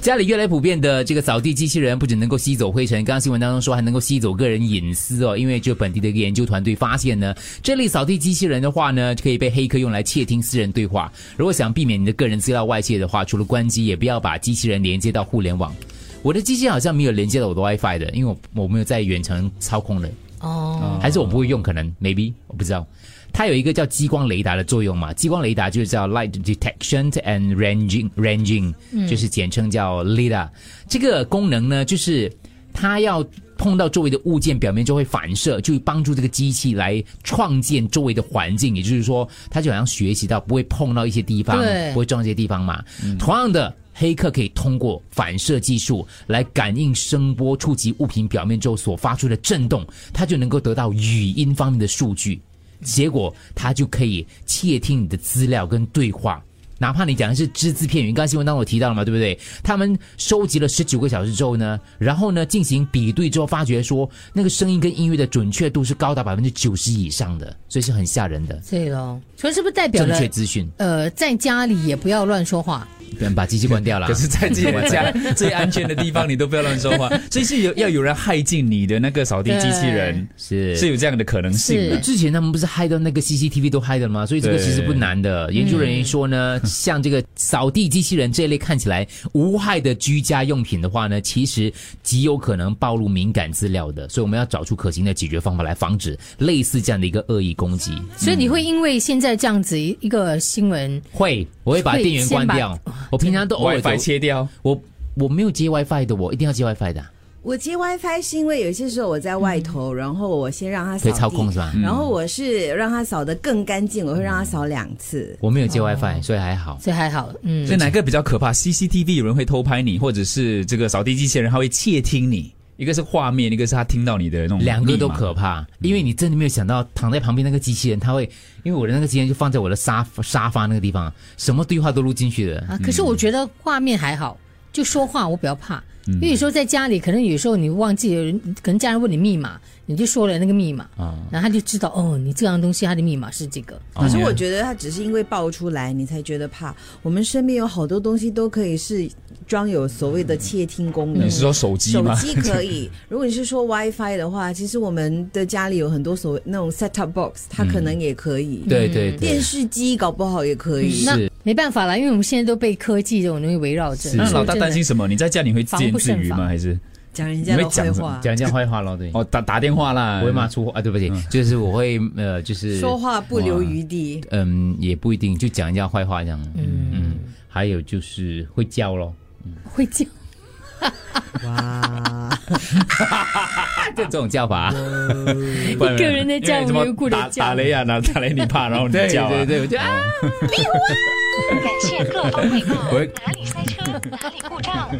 家里越来越普遍的这个扫地机器人，不仅能够吸走灰尘，刚刚新闻当中说还能够吸走个人隐私哦。因为就本地的一个研究团队发现呢，这类扫地机器人的话呢，可以被黑客用来窃听私人对话。如果想避免你的个人资料外泄的话，除了关机，也不要把机器人连接到互联网。我的机器人好像没有连接到我的 WiFi 的，因为我我没有在远程操控的。哦，还是我不会用，可能 maybe 我不知道。它有一个叫激光雷达的作用嘛？激光雷达就是叫 light detection and ranging ranging，、就是简称叫 LIDAR。这个功能呢，就是它要碰到周围的物件表面就会反射，就帮助这个机器来创建周围的环境。也就是说，它就好像学习到不会碰到一些地方，对不会撞这些地方嘛。同样的。黑客可以通过反射技术来感应声波触及物品表面之后所发出的震动，它就能够得到语音方面的数据，结果它就可以窃听你的资料跟对话。哪怕你讲的是只字片语，刚刚新闻当中我提到了嘛，对不对？他们收集了十九个小时之后呢，然后呢进行比对之后，发觉说那个声音跟音乐的准确度是高达百分之九十以上的，所以是很吓人的对咯，所以是不是代表正了确资讯。呃，在家里也不要乱说话？嗯把机器关掉了啊可，是，在自己的 家最安全的地方，你都不要乱说话，所以是有要有人害进你的那个扫地机器人，是是有这样的可能性的。之前他们不是害到那个 CCTV 都害了吗？所以这个对其实不难的。研究人员说呢， 像这个扫地机器人这一类看起来无害的居家用品的话呢，其实极有可能暴露敏感资料的。所以我们要找出可行的解决方法来防止类似这样的一个恶意攻击。所以你会因为现在这样子一个新闻，会，我会把会电源先关把掉。我平常都偶尔走 WiFi 切掉，我我没有接 WiFi 的，我一定要接 WiFi 的啊。我接 WiFi 是因为有些时候我在外头，然后我先让它扫可以嗯地，操控是吧嗯然后我是让它扫得更干净，我会让它扫两次。我没有哦接 WiFi，所以还好。这还好，嗯所，以哪一个比较可怕？CCTV 有人会偷拍你，或者是这个扫地机器人，它会窃听你。一个是画面，一个是他听到你的那种密码，两个都可怕，因为你真的没有想到躺在旁边那个机器人，他会，因为我的那个机器人就放在我的沙发沙发那个地方，什么对话都录进去的。嗯啊，嗯可是我觉得画面还好，就说话我比较怕，嗯因为有时候在家里，可能有时候你忘记有人，可能家人问你密码，你就说了那个密码，啊然后他就知道哦，你这样东西它的密码是这个，哦可是我觉得它只是因为爆出来，你才觉得怕。我们身边有好多东西都可以是装有所谓的窃听功嗯能。你是说手机手吗？机 可以，如果你是说 WiFi 的话，其实我们的家里有很多所谓那种 set up box，它可能也可以。对嗯对嗯电对，视机搞不好也可以。那是没办法啦，因为我们现在都被科技这种东西围绕着。那说老大真的担心什么？你在家里会自言自防不语胜吗？防还是讲人家的坏话，讲人家坏话咯，对。哦打打电话啦？我会骂粗话啊，对不起，就是我会呃，就是说话不留余地。嗯，也不一定，就讲人家坏话这样。嗯嗯，还有就是会叫咯，会叫，哇，这这种叫法，不然，一个人在家因为什么无缘无故地打叫打雷啊，打打雷你怕，然后你对叫啊，对对，我就啊，感谢各方汇报喂，哪里塞车，哪里故障。